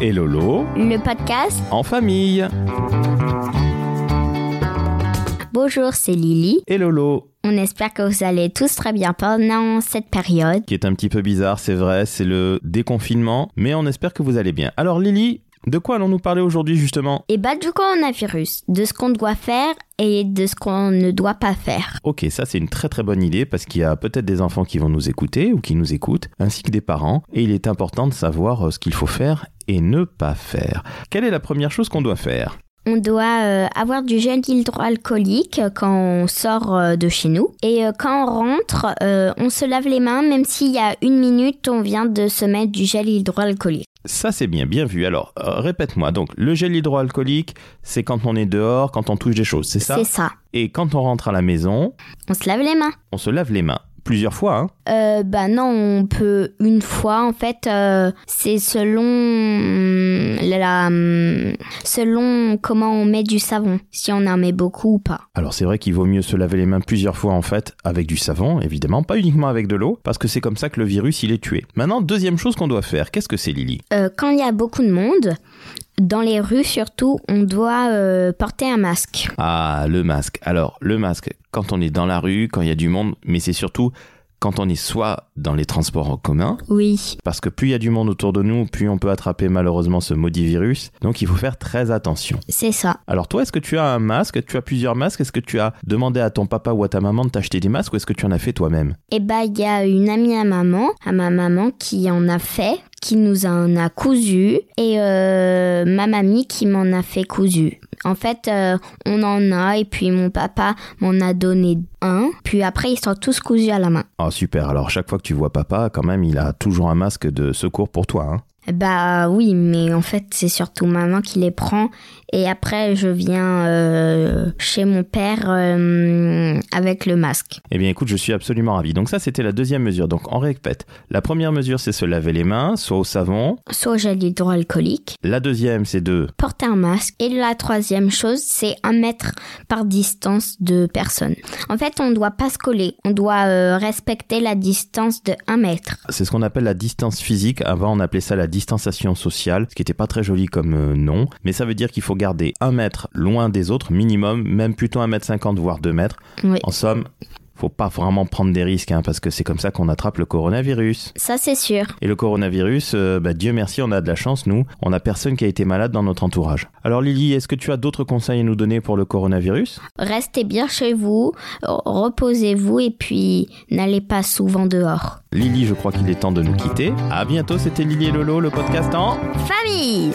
et Lolo le podcast. en famille. Bonjour, c'est Lily. Et Lolo, On espère que vous allez tous très bien pendant cette période. qui est un petit peu bizarre, c'est vrai, c'est le déconfinement, mais on espère que vous allez bien. Alors Lily, de quoi allons-nous parler aujourd'hui justement Et bah du coronavirus, de ce qu'on doit faire et de ce qu'on ne doit pas faire. Ok, ça c'est une très très bonne idée parce qu'il y a peut-être des enfants qui vont nous écouter ou qui nous écoutent, ainsi que des parents, et il est important de savoir euh, ce qu'il faut faire et ne pas faire. Quelle est la première chose qu'on doit faire On doit euh, avoir du gel hydroalcoolique euh, quand on sort euh, de chez nous. Et euh, quand on rentre, euh, on se lave les mains, même s'il y a une minute, on vient de se mettre du gel hydroalcoolique. ça c'est bien, bien vu. Alors, euh, répète-moi, donc le gel hydroalcoolique, c'est quand on est dehors, quand on touche des choses, c'est ça C'est ça. Et quand on rentre à la maison, On se lave les mains. on se lave les mains. Plusieurs fois, hein Euh, bah non, on peut une fois. En fait, euh, c'est selon hum, la, hum, selon comment on met du savon, si on en met beaucoup ou pas. Alors c'est vrai qu'il vaut mieux se laver les mains plusieurs fois en fait, avec du savon évidemment, pas uniquement avec de l'eau, parce que c'est comme ça que le virus il est tué. Maintenant, deuxième chose qu'on doit faire, qu'est-ce que c'est Lily Euh, quand il y a beaucoup de monde, dans les rues surtout, on doit euh, porter un masque. Ah, le masque. Alors, le masque, quand on est dans la rue, quand il y a du monde, mais c'est surtout quand on est soit dans les transports en commun, Oui. parce que plus il y a du monde autour de nous, plus on peut attraper malheureusement ce maudit virus, donc il faut faire très attention. C'est ça. Alors toi, est-ce que tu as un masque Tu as plusieurs masques Est-ce que tu as demandé à ton papa ou à ta maman de t'acheter des masques ou est-ce que tu en as fait toi-même Et bah il y a une amie à maman, à ma maman qui en a fait, qui nous en a cousu, et euh, ma mamie qui m'en a fait cousu. En fait, euh, on en a, et puis mon papa m'en a donné un, puis après ils sont tous cousus à la main. Ah super, alors chaque fois que tu vois papa, quand même, il a toujours un masque de secours pour toi. Hein. Bah oui, mais en fait c'est surtout maman qui les prend, et après je viens euh, chez mon père euh, avec le masque. Eh bien écoute, je suis absolument ravi. Donc ça, c'était la deuxième mesure. Donc on répète. La première mesure, c'est se laver les mains, soit au savon. Soit au gel hydroalcoolique, La deuxième, c'est de... porter un masque. Et la troisième chose, c'est un mètre par distance de personne. En fait, on ne doit pas se coller. On doit euh, respecter la distance de 1 mètre. C'est ce qu'on appelle la distance physique. Avant, on appelait ça la distanciation sociale, ce qui n'était pas très joli comme euh, nom. Mais ça veut dire qu'il faut garder un mètre loin des autres, minimum, même plutôt un mètre cinquante, voire deux mètres. Oui. En somme, faut pas vraiment prendre des risques, hein, parce que c'est comme ça qu'on attrape le coronavirus. Ça, c'est sûr. Et le coronavirus, euh, bah, Dieu merci, on a de la chance, nous. On a personne qui a été malade dans notre entourage. Alors Lily, est-ce que tu as d'autres conseils à nous donner pour le coronavirus Restez bien chez vous, r- reposez-vous et puis n'allez pas souvent dehors. Lily, je crois qu'il est temps de nous quitter. À bientôt, c'était Lily et Lolo, le podcast en... Famille